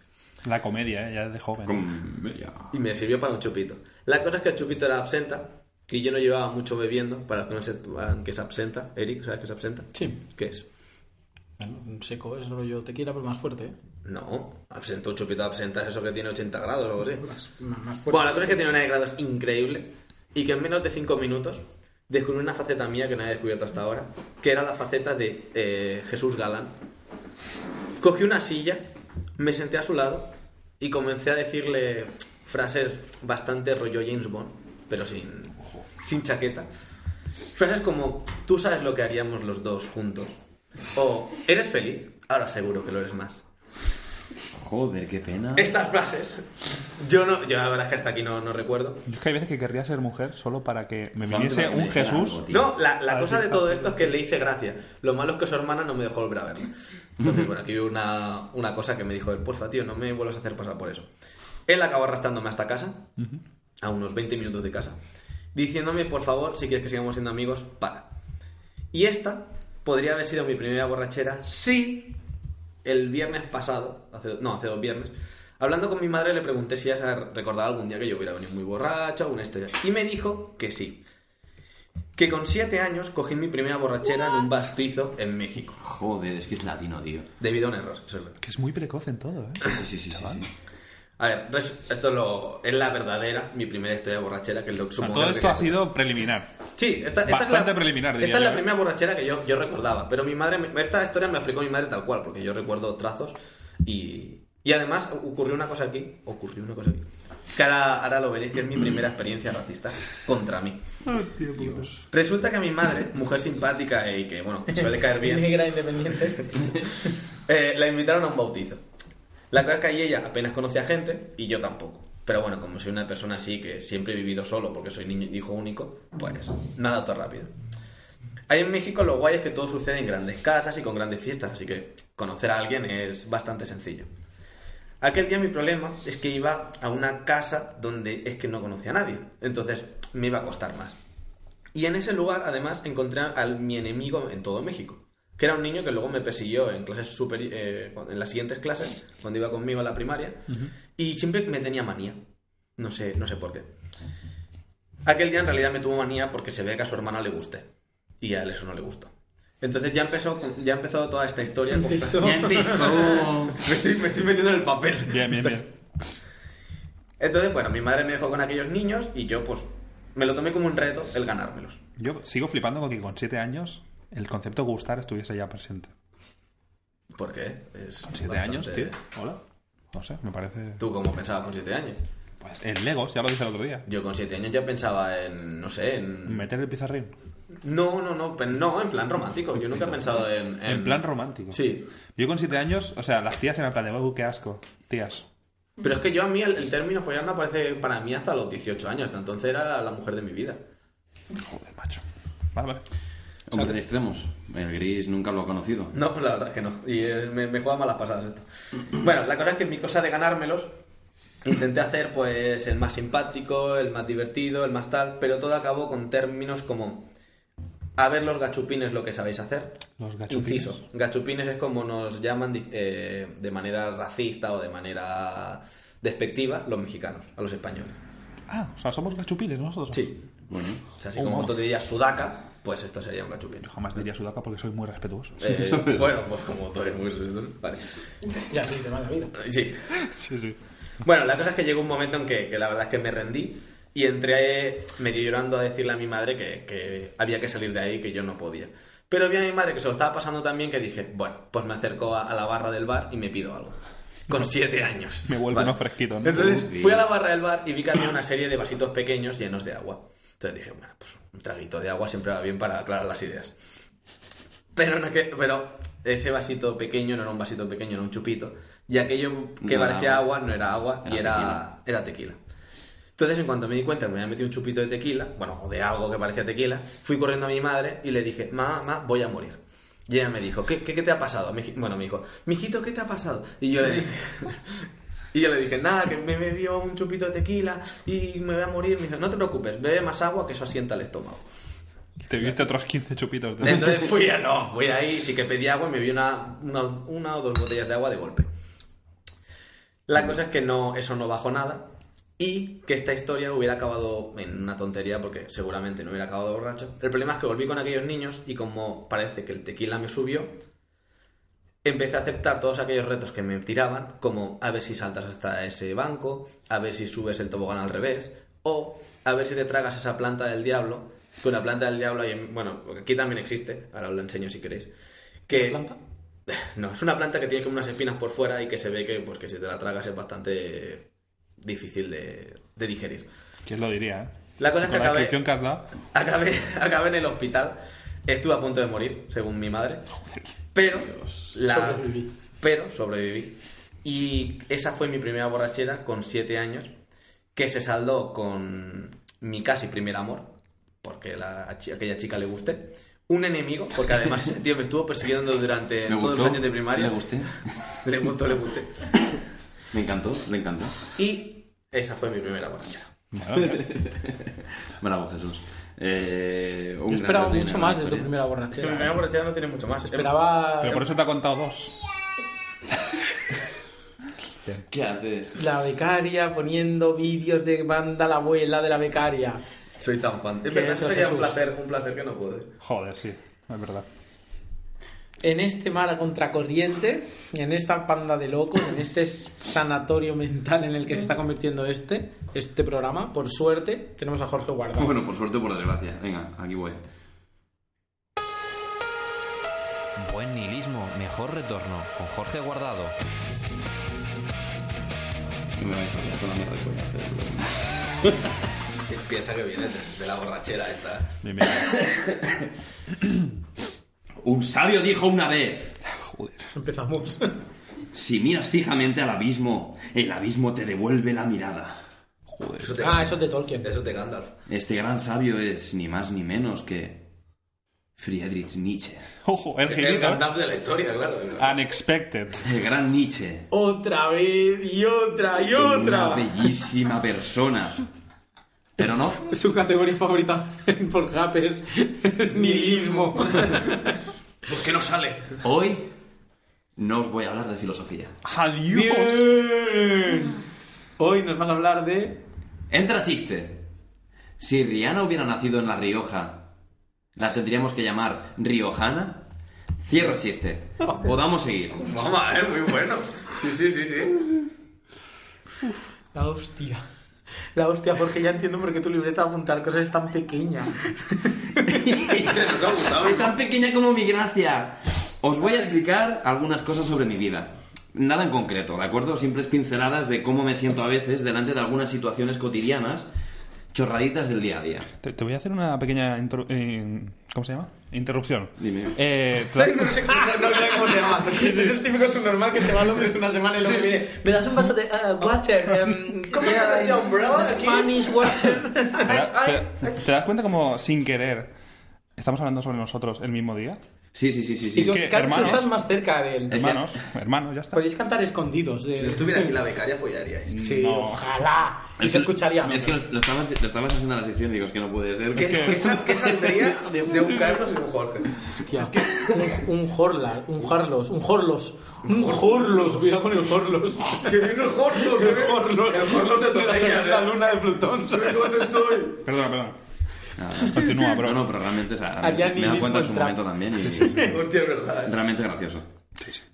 La comedia, ¿eh? ya de joven.
Comedia.
Y me sirvió para un chupito. La cosa es que el chupito era absenta, que yo no llevaba mucho bebiendo, para los que no sepan que es absenta. Eric, ¿sabes qué es absenta?
Sí.
¿Qué es?
Un Seco, es rollo tequila, pero más fuerte, ¿eh?
No, absenta, un chupito de absenta es eso que tiene 80 grados o algo
Más,
así.
más fuerte.
Bueno, la cosa es que tiene una de grados increíble y que en menos de 5 minutos descubrí una faceta mía que no había descubierto hasta ahora, que era la faceta de eh, Jesús Galán. Cogí una silla, me senté a su lado y comencé a decirle frases bastante rollo James Bond, pero sin, sin chaqueta. Frases como, tú sabes lo que haríamos los dos juntos. O, ¿eres feliz? Ahora seguro que lo eres más.
Joder, qué pena.
Estas frases, yo no, yo la verdad es que hasta aquí no, no recuerdo.
Es que hay veces que querría ser mujer solo para que me
Solo
viniese
para que me
un
dijera
Jesús.
algo, tío.
No, la, la
Ah,
cosa
sí,
de
está
todo esto es que le hice gracia. Lo malo es que su hermana no me dejó volver a verla. Entonces, bueno, aquí hubo una, una cosa que me dijo él, porfa, tío, no me vuelvas a hacer pasar por eso. Él acabó arrastrándome hasta casa, a unos 20 minutos de casa, diciéndome, por favor, si quieres que sigamos siendo amigos, para. Y esta podría haber sido mi primera borrachera si el viernes pasado, hace- no, hace dos viernes, hablando con mi madre le pregunté si ella se recordaba algún día que yo hubiera venido muy borracho, alguna historia. Y me dijo que sí. Que con siete años cogí mi primera borrachera en un bastizo en México.
Joder, es que es latino, tío.
Debido a un error, eso es verdad.
Que es muy precoz en todo, ¿eh?
Sí, sí, sí, sí. sí.
A ver, res- esto es, lo- es la verdadera, mi primera historia de borrachera, que es lo que
O sea,
supongo
todo
que
esto
quería
ha sido preliminar.
Sí, esta, esta es
Bastante
la,
preliminar, diría
Esta es
yo,
la
¿eh?
primera borrachera que yo, yo recordaba, pero mi madre, me- esta historia me la explicó mi madre tal cual, porque yo recuerdo trazos y, y además ocurrió una cosa aquí, ocurrió una cosa aquí, que ahora, ahora lo veréis, que es mi primera experiencia racista contra mí. Resulta que mi madre, mujer simpática y que, bueno, suele caer
[LAUGHS]
bien,
Negra independiente. [LAUGHS]
eh, la invitaron a un bautizo. La cosa es que ahí ella apenas conocía gente y yo tampoco. Pero bueno, como soy una persona así que siempre he vivido solo porque soy niño, hijo único, pues nada todo rápido. Ahí en México lo guay es que todo sucede en grandes casas y con grandes fiestas, así que conocer a alguien es bastante sencillo. Aquel día mi problema es que iba a una casa donde es que no conocía a nadie, entonces me iba a costar más. Y en ese lugar, además, encontré a mi enemigo en todo México. Que era un niño que luego me persiguió en clases super, eh, en las siguientes clases, cuando iba conmigo a la primaria. Y siempre me tenía manía. No sé, no sé por qué. Aquel día en realidad me tuvo manía porque se ve que a su hermana le guste. Y a él eso no le gustó. Entonces ya empezó, ya ha empezado toda esta historia. con-
Empezó.
Ya empezó. me, estoy, me estoy metiendo en el papel.
Bien, bien, bien.
Entonces, bueno, mi madre me dejó con aquellos niños y yo, pues, me lo tomé como un reto el ganármelos.
Yo sigo flipando con que con siete años el concepto gustar estuviese ya presente.
¿Por qué? Es
¿Con siete
bastante-
años, tío? Hola. No sé, me parece...
¿Tú cómo pensabas con 7 años?
Pues en Legos, ya lo dije el otro día.
Yo con 7 años ya pensaba en, no sé, en...
Meter el pizarrín.
No, no, no, pe- no, en plan romántico. Yo nunca he pensado en... En,
En plan romántico.
Sí.
Yo con siete años, o sea, las tías eran en plan de, "Uh, qué asco, tías.
Pero es que yo a mí el, el término follar no aparece para mí hasta los 18 años. Hasta entonces era la mujer de mi vida.
Joder, macho. Vale, vale.
Hombre de extremos. El gris nunca lo ha conocido.
No, la verdad es que no. Y eh, me, me juega malas pasadas esto. Bueno, la cosa es que mi cosa de ganármelos intenté hacer pues el más simpático, el más divertido, el más tal, pero todo acabó con términos como a ver los gachupines lo que sabéis hacer.
Los gachupines.
Inciso. Gachupines es como nos llaman di- eh, de manera racista o de manera despectiva los mexicanos, a los españoles.
Ah, o sea, somos gachupines nosotros.
Sí.
Bueno.
O sea, si
Oh,
como
mamá.
tú dirías sudaca, pues esto sería un gachupín.
Yo [LAUGHS] jamás diría sudaca porque soy muy respetuoso.
Eh, bueno, pues como tú eres muy... Vale.
Ya sí, te va la vida.
Sí.
[LAUGHS] Sí, sí.
Bueno, la cosa es que llegó un momento en que, que la verdad es que me rendí y entré medio llorando a decirle a mi madre que, que había que salir de ahí, que yo no podía. Pero vi a mi madre que se lo estaba pasando también que dije, bueno, pues me acerco a, a la barra del bar y me pido algo. Con siete años.
Me vuelve uno fresquito, ¿no?
Entonces
Uy.
fui a la barra del bar y vi que había una serie de vasitos pequeños llenos de agua. Entonces dije, bueno, pues un traguito de agua siempre va bien para aclarar las ideas. Pero, no que, pero ese vasito pequeño no era un vasito pequeño, era un chupito. Y aquello que
No era
parecía
agua.
agua no era agua y
Era
era, era tequila. Entonces, en cuanto me di cuenta que me había metido un chupito de tequila, bueno, o de algo que parecía tequila, fui corriendo a mi madre y le dije, mamá, mamá, voy a morir. Y ella me dijo, ¿qué, qué, qué te ha pasado? Mi- Bueno, me dijo, mijito, ¿qué te ha pasado? Y yo le dije, [LAUGHS] y yo le dije, nada, que me bebió un chupito de tequila y me voy a morir. Me dijo, no te preocupes, bebe más agua que eso asienta el estómago.
Te viste otros 15 chupitos. De...
[LAUGHS] Entonces fui a no, fui ahí, sí que pedí agua y me vi una, una, una o dos botellas de agua de golpe. La cosa es que no, eso no bajó nada y que esta historia hubiera acabado en una tontería porque seguramente no hubiera acabado borracho. El problema es que volví con aquellos niños y como parece que el tequila me subió, empecé a aceptar todos aquellos retos que me tiraban, como a ver si saltas hasta ese banco, a ver si subes el tobogán al revés, o a ver si te tragas esa planta del diablo que una planta del diablo hay en- Bueno, aquí también existe, ahora os la enseño si queréis.
Eh,
Que,
planta?
No, es una planta que tiene como unas espinas por fuera y que se ve que, pues, que si te la tragas es bastante difícil de, de digerir.
[LAUGHS] ¿Quién lo diría, eh?
La cosa es
Si
que
con la
acabé-
descripción que has dado,
Acabé, [LAUGHS] acabé en el hospital. Estuve a punto de morir, según mi madre. Pero, la,
Sobreviví.
pero sobreviví. Y esa fue mi primera borrachera con 7 años, que se saldó con mi casi primer amor, porque la, a chi- aquella chica le gusté. Un enemigo, porque además ese tío me estuvo persiguiendo durante
Me
todos
gustó,
los años de primaria.
le gusté.
Le gustó, le gusté.
Me encantó, me encantó.
Y esa fue mi primera borrachera. [LAUGHS]
Bravo, Jesús. Eh, un
Yo esperaba
gran reto y una
mucho
gran
más de tu
historia.
primera
Es que mi
borrachera.
primera
¿eh?
borrachera no tiene mucho más.
Esperaba
pero por eso te ha contado dos.
¿Qué haces?
la becaria poniendo vídeos de banda la abuela de la becaria.
Soy tan fan. Es
Que
verdad,
eso,
sería un
Jesús.
placer, un placer que no pude.
Joder, sí, es verdad.
En este mar a contracorriente, en esta panda de locos, en este sanatorio mental en el que se está convirtiendo este, este programa, por suerte, tenemos a Jorge Guardado.
Bueno, por suerte o por desgracia. Venga, aquí voy.
Buen nihilismo, mejor retorno, con Jorge Guardado.
No me vais a hablar, solo me recuerda, pero-
Piensa que viene de, de la borrachera esta.
Bienvenido.
Un sabio dijo una vez: [LAUGHS]
Empezamos.
Si miras fijamente al abismo, el abismo te devuelve la mirada.
Eso te,
ah, eso es de Tolkien.
eso te Gandalf.
Este gran sabio es ni más ni menos que Friedrich Nietzsche.
[LAUGHS] Ojo, el
El
girito. ¿eh?
Gandalf de la historia, claro. de verdad.
Unexpected.
El gran Nietzsche.
Otra vez, y otra, y
Una
otra.
bellísima persona. Pero no,
Su categoría favorita [LAUGHS] por Gap es, es
[LAUGHS]
nihilismo.
¿Por qué no sale?
hoy no os voy a hablar de filosofía.
Adiós.
Bien. Hoy nos vas a hablar de...
Entra chiste. Si Rihanna hubiera nacido en La Rioja, ¿la tendríamos que llamar Riojana? Cierro chiste.
[LAUGHS]
Podamos seguir.
Mamá, es muy bueno. Sí, sí, sí, sí.
La hostia. La hostia, Jorge, ya entiendo por qué tu libreta a apuntar cosas es tan
[LAUGHS]
pequeña.
Nos ha gustado.
Es tan pequeña como mi gracia. Os voy a explicar algunas cosas sobre mi vida. Nada en concreto, ¿de acuerdo? Simples pinceladas de cómo me siento a veces delante de algunas situaciones cotidianas, chorraditas del día a día.
Te, te voy a hacer una pequeña. intro- eh, ¿Cómo se llama? Interrupción.
Dime.
Eh, te da-
No sé cómo, no sé cómo se llama.
Es el típico subnormal que se va a Londres una semana y luego viene. ¿Me das un vaso de ah, water? em,
Oh. [LAUGHS] ¿Cómo se llama ese umbrella aquí?
Spanish water.
te
[LAUGHS]
da- te- ¿Te das cuenta como sin querer estamos hablando sobre nosotros el mismo día?
Sí, sí, sí, sí.
Y
sí.
tú,
que,
Carlos, tú
hermanos-
estás más cerca de él.
Hermanos, hermanos, ya está.
Podéis cantar escondidos.
Si no
De...
estuviera aquí la becaria, pues follaríais.
Sí,
No.
ojalá. Y
Es
se
que-
escucharía.
Es que lo, lo estabas, lo estabas haciendo en la sección, digo, es que no puede ser.
¿Qué, qué sal- qué saldría
[LAUGHS]
de un Carlos y un Jorge?
Hostia. Un, un Horlar, un Harlos, un Horlos. Un Horlos, cuidado con el Horlos.
Que viene el Jorlos.
El Horlos.
El Jorlos de ¿eh?
la segunda
Torrellas.
luna de Plutón.
¿eh? ¿Dónde estoy?
Perdona, perdona.
Ah, no.
Continúa, bro.
[LAUGHS] No, no, pero realmente, o sea, me
Había
me da cuenta en su
nihilismo
momento también
[LAUGHS]
y es
Hostia, es verdad. ¿eh?
realmente gracioso.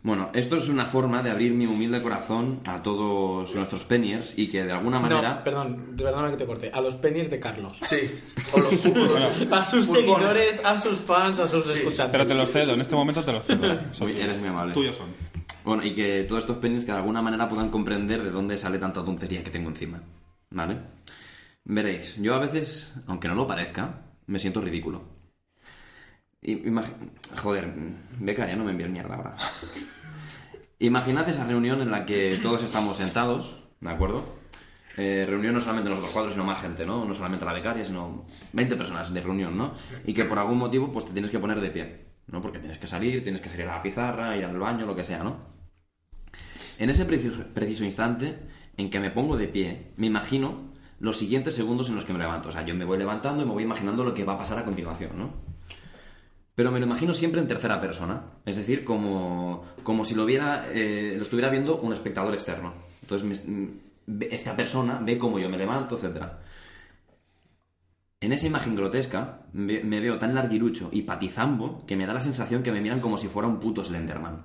Bueno, esto es una forma de abrir mi humilde corazón a todos nuestros peniers y que de alguna manera...
No, perdón, perdóname que te corte. A los pennies de Carlos.
Sí.
[LAUGHS]
O los fútbolos.
A sus seguidores, a sus fans, a sus escuchantes.
Pero te lo cedo, en este momento te lo cedo. Son
Uy, eres muy amable.
tuyos son.
Bueno, y que todos estos penis que de alguna manera puedan comprender de dónde sale tanta tontería que tengo encima. ¿Vale? Veréis, yo a veces, aunque no lo parezca, me siento ridículo. I- imagi- Joder, becaria, no me envíes mierda ahora. Imaginad esa reunión en la que todos estamos sentados, ¿de acuerdo? Eh, reunión no solamente nosotros cuatro, sino más gente, ¿no? No solamente la becaria, sino 20 personas de reunión, ¿no? Y que por algún motivo pues te tienes que poner de pie, ¿no? Porque tienes que salir, tienes que salir a la pizarra, ir al baño, lo que sea, ¿no? En ese preciso, preciso instante en que me pongo de pie, me imagino los siguientes segundos en los que me levanto. O sea, yo me voy levantando y me voy imaginando lo que va a pasar a continuación, ¿no? Pero me lo imagino siempre en tercera persona. Es decir, como, como si lo, viera, eh, lo estuviera viendo un espectador externo. Entonces, me- mm, ve- esta persona ve cómo yo me levanto, etcétera. En esa imagen grotesca me me veo tan larguirucho y patizambo que me da la sensación que me miran como si fuera un puto Slenderman.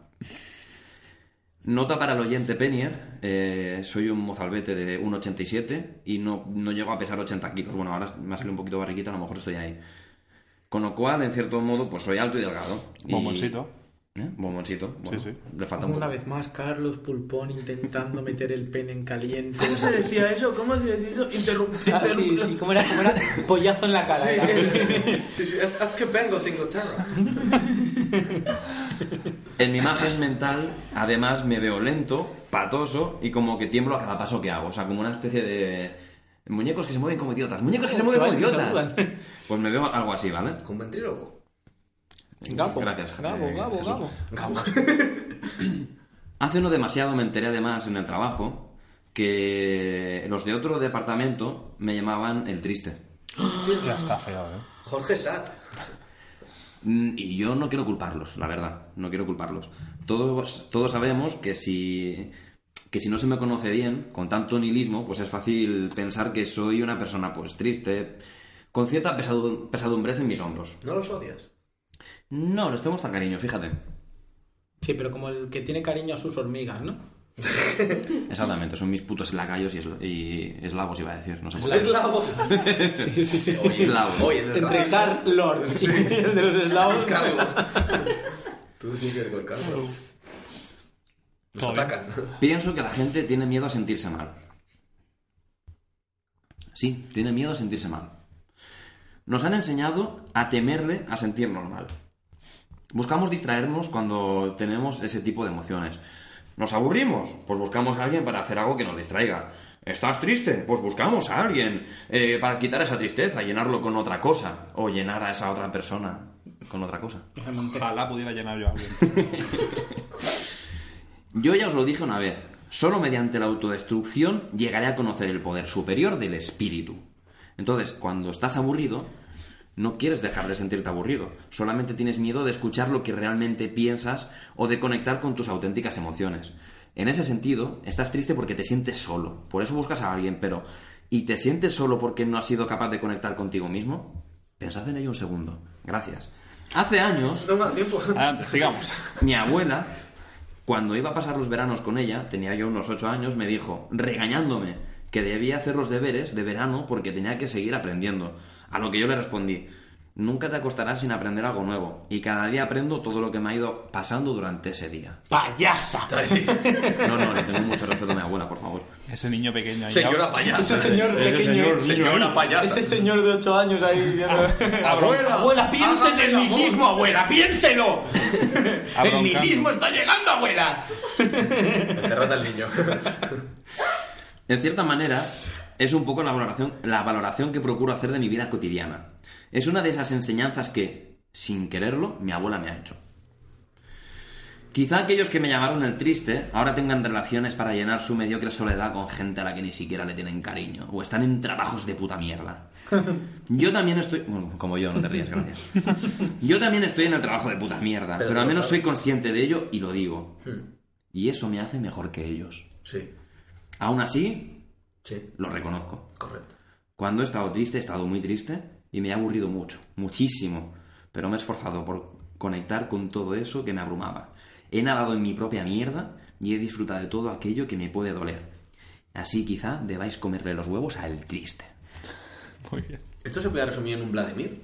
Nota para el oyente Penier, eh, soy un mozalbete de 1,87 y no, no llego a pesar 80 kilos. Bueno, ahora me ha salido un poquito barriguita, a lo mejor estoy ahí. Con lo cual, en cierto modo, pues soy alto y delgado. Y-
Bomboncito.
¿Eh? Bomboncito. Bueno,
sí.
Le falta un
Una
poco.
vez más, Carlos Pulpón intentando meter el pene en caliente. Ah, ¿Cómo se decía eso? ¿Cómo se decía eso? [LAUGHS] Interrumpir.
sí, sí, ¿cómo era? ¿Cómo era? Pollazo en la cara.
Sí,
era.
¿eh?
sí, sí, sí, sí, sí. Es, es que vengo de Inglaterra.
En mi imagen mental, además, me veo lento, patoso y como que tiemblo a cada paso que hago. O sea, como una especie de... Muñecos que se mueven como idiotas. Muñecos que se mueven como
Que bailan, que
idiotas. Pues me veo algo así, ¿vale?
¿Con ventrílogo?
Gabo,
Gracias.
Gabo,
eh,
Gabo,
Jesús.
Gabo.
Hace no demasiado me enteré además en el trabajo que los de otro departamento me llamaban el triste.
Hostia, está feo, ¿eh?
Jorge Sat.
Mm, Y yo no quiero culparlos, la verdad, no quiero culparlos. Todos, todos sabemos que si, que si no se me conoce bien, con tanto nihilismo, pues es fácil pensar que soy una persona pues triste, con cierta pesadu- pesadumbrez en mis hombros.
¿No los odias?
No, les tengo tan cariño, fíjate.
Sí, pero como el que tiene cariño a sus hormigas, ¿no?
Exactamente, son mis putos lacayos y, esl- y eslavos, iba a decir. No sé por qué.
Eslavos.
[LAUGHS] Sí, sí, sí.
Eslavos.
Oye, en el
Entre
radio.
Carlord y el de los eslavos.
Carlos. Tú sí que eres con Carlos. Nos atacan.
Pienso que la gente tiene miedo a sentirse mal. Sí, tiene miedo a sentirse mal. Nos han enseñado a temerle a sentirnos mal. Buscamos distraernos cuando tenemos ese tipo de emociones. ¿Nos aburrimos? Pues buscamos a alguien para hacer algo que nos distraiga. ¿Estás triste? Pues buscamos a alguien eh, para quitar esa tristeza, llenarlo con otra cosa. O llenar a esa otra persona con otra cosa.
Ojalá pudiera llenar yo a alguien.
Yo ya os lo dije una vez, solo mediante la autodestrucción llegaré a conocer el poder superior del espíritu. Entonces, cuando estás aburrido, no quieres dejar de sentirte aburrido, solamente tienes miedo de escuchar lo que realmente piensas o de conectar con tus auténticas emociones. En ese sentido, estás triste porque te sientes solo, por eso buscas a alguien, pero ¿y te sientes solo porque no has sido capaz de conectar contigo mismo? Pensad en ello un segundo. Gracias. Hace años...
No me da tiempo.
Adelante, sigamos.
Mi abuela, cuando iba a pasar los veranos con ella, tenía yo unos ocho años, me dijo, regañándome, que debía hacer los deberes de verano porque tenía que seguir aprendiendo. A lo que yo le respondí, nunca te acostarás sin aprender algo nuevo, y cada día aprendo todo lo que me ha ido pasando durante ese día.
¡Payasa!
No, no, le tengo mucho respeto a mi abuela, por favor.
Ese niño pequeño ahí.
Señora payasa.
Ese señor pequeño.
Señora payasa.
Ese señor de 8 años ahí diciendo.
Abuela,
Abuela, piensa en el nihilismo, abuela, piénselo.
Abroncando.
El nihilismo está llegando, abuela.
Encerrate al niño.
En cierta manera, es un poco la valoración, la valoración que procuro hacer de mi vida cotidiana. Es una de esas enseñanzas que, sin quererlo, mi abuela me ha hecho. Quizá aquellos que me llamaron el triste ahora tengan relaciones para llenar su mediocre soledad con gente a la que ni siquiera le tienen cariño o están en trabajos de
[LAUGHS]
puta mierda. Yo también estoy... Bueno, como yo, no te rías, gracias. Yo también estoy en el trabajo de puta mierda,
Pero
pero,
tú
al
lo
menos soy
sabes.
consciente de ello y lo digo.
Hmm.
Y eso me hace mejor que ellos.
Sí.
Aún así,
Sí.
lo reconozco.
Correcto.
Cuando he estado triste, he estado muy triste y me he aburrido mucho, muchísimo, pero me he esforzado por conectar con todo eso que me abrumaba. He nadado en mi propia mierda y he disfrutado de todo aquello que me puede doler. Así quizá debáis comerle los huevos al triste.
Muy bien.
Esto se puede resumir en un Vladimir.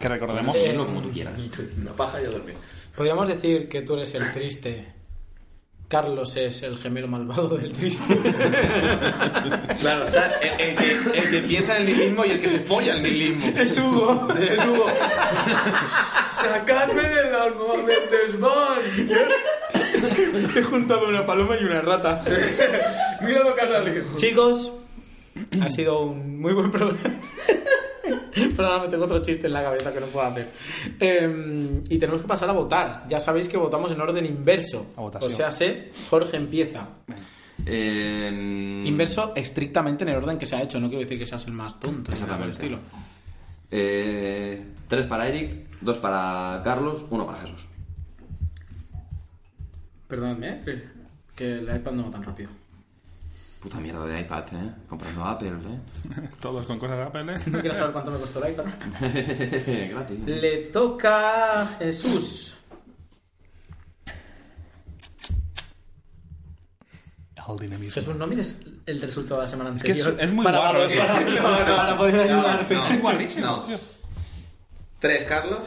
Que recordemos.
Dilo como tú quieras.
[LAUGHS] Una paja y a dormir.
Podríamos decir que tú eres el triste. Carlos es el gemelo malvado del
[LAUGHS]
triste.
Claro, está el, el que, el que piensa en el nihilismo y el que se folla el nihilismo.
Es Hugo.
Es Hugo. ¡Sacadme del almohadón del desván!
He juntado una paloma y una rata.
¡Mira lo que ha salido!
Chicos, ha sido un muy buen programa. Pero ahora me tengo otro chiste en la cabeza que no puedo hacer. Eh, y tenemos que pasar a votar. Ya sabéis que votamos en orden inverso.
A
O
votación.
sea, sé, Jorge empieza.
Eh,
Mm.
Inverso estrictamente en el orden que se ha hecho. No quiero decir que seas el más tonto. ni nada por el
Exactamente.
estilo.
eh, tres para Eric, dos para Carlos, uno para Jesús.
Perdóname, ¿eh? que- que el iPad no va tan rápido.
Puta mierda de iPad, ¿eh? Comprando Apple,
[LAUGHS] Todos con cosas de Apple. ¿eh?
¿No quieres saber cuánto me costó el iPad?
¿eh? [LAUGHS] Gratis.
Le toca a Jesús.
Al dinamismo.
Jesús, no mires el resultado de la semana
que es-
anterior.
es muy
para,
[LAUGHS] guarro, ¿eh?
para-
tío.
para- para poder ayudarte.
Es guarrísimo, tío.
Tres Carlos,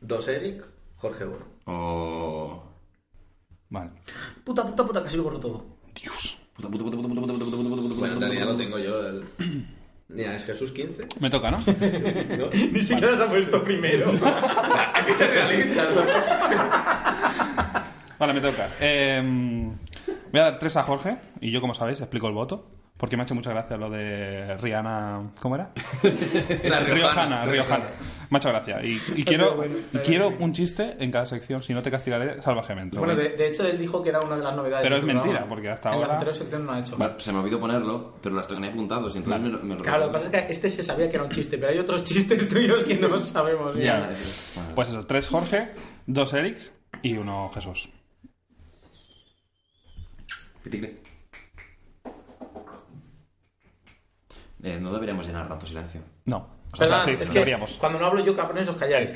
dos Eric, Jorge uno.
O...
Vale.
Puta, puta, puta, casi lo borro todo.
Puta, puta, puta, puta, puta, puta, puta, puta, puta, puta, puta,
Bueno, en
puta,
realidad
puta,
lo tengo yo. El... [CLEARS THROAT] Mira, es Jesús 15.
Me
[LAUGHS]
toca, ¿no?
¿no?
Ni siquiera se ha puesto primero.
[LAUGHS] Aquí se realiza. ¿no?
Vale, me toca. Eh, voy a dar tres a Jorge y yo, como sabéis, explico el voto. Porque me ha hecho mucha gracia lo de Rihanna. ¿Cómo
[LAUGHS]
era?
La Riojana.
Riojana, Riojana. Me ha hecho gracia. Y, y quiero, y quiero un chiste en cada sección, si no te castigaré salvajemente.
Bueno, de, de hecho él dijo que era una de las novedades.
Pero
de
es
este
mentira,
programa.
porque hasta
En las
ahora-
anteriores secciones no ha hecho.
Vale, Se me olvidó ponerlo, pero las tenía apuntado, si entonces me lo- me lo
Claro, lo que
recuerdo.
pasa es que este se sabía que era un chiste, pero hay otros [LAUGHS] chistes tuyos que no sabemos. ¿eh?
Ya.
Vale.
Pues eso, tres Jorge, dos Eric y uno Jesús.
Pitigre. Eh, no deberíamos llenar tanto silencio.
No. O sea,
Perdón,
sí,
es que
deberíamos.
cuando no hablo yo, cabrones, os calláis.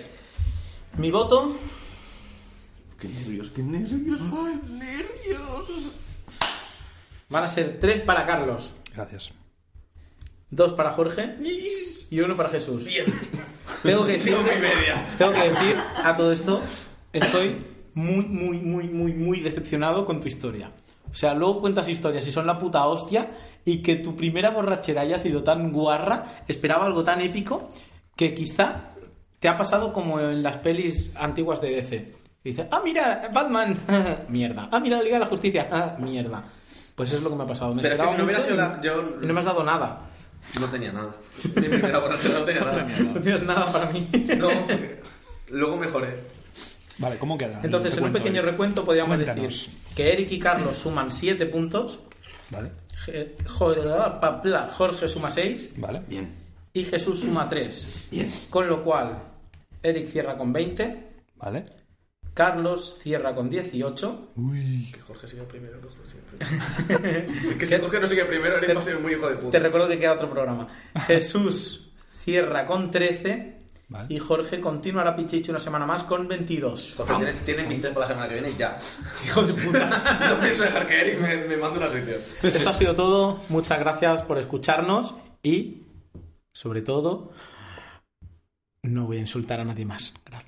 Mi voto,
Qué nervios, qué nervios. Ay, nervios.
Van a ser tres para Carlos,
Gracias.
dos para Jorge y uno para Jesús. Tengo que decir, tengo que decir a todo esto, estoy muy, muy, muy, muy, muy decepcionado con tu historia. O sea, luego cuentas historias y son la puta hostia y que tu primera borrachera haya sido tan guarra, esperaba algo tan épico que quizá te ha pasado como en las pelis antiguas de DC. Y dices, ah, mira, Batman, [LAUGHS] mierda. Ah, mira, la Liga de la Justicia, [LAUGHS] ah, mierda. Pues es lo que me ha pasado. Me
Pero es que
esperaba
si no hubiera
mucho
sido
y-
la- yo-
y no me has dado nada.
No tenía nada. Mi primera borrachera no tenía
No
nada.
tienes nada para mí.
No, porque luego mejoré.
Vale, ¿cómo queda?
[LAUGHS] Entonces, en un pequeño recuento eh. podríamos decir que Eric y Carlos suman 7 puntos,
Vale,
Je- Jorge pa- pla- Jorge suma 6
vale.
Bien,
y Jesús suma 3.
bien.
Con lo cual, Eric cierra con 20,
Vale.
Carlos cierra con 18,
Que Jorge siga primero, que Jorge siga primero. es que si Jorge no sigue primero, Eric va a ser muy hijo de
Te
puta.
recuerdo que queda otro programa. Jesús cierra con 13
Vale.
y Jorge continuará Pichichi una semana más con 22.
Jorge, tiene- tiene mis tres para la semana que viene y ya.
Hijo de puta.
[LAUGHS] No pienso dejar que Eric me, me mande una sección.
[LAUGHS] Esto ha sido todo. Muchas gracias por escucharnos y, sobre todo, no voy a insultar a nadie más. Gracias.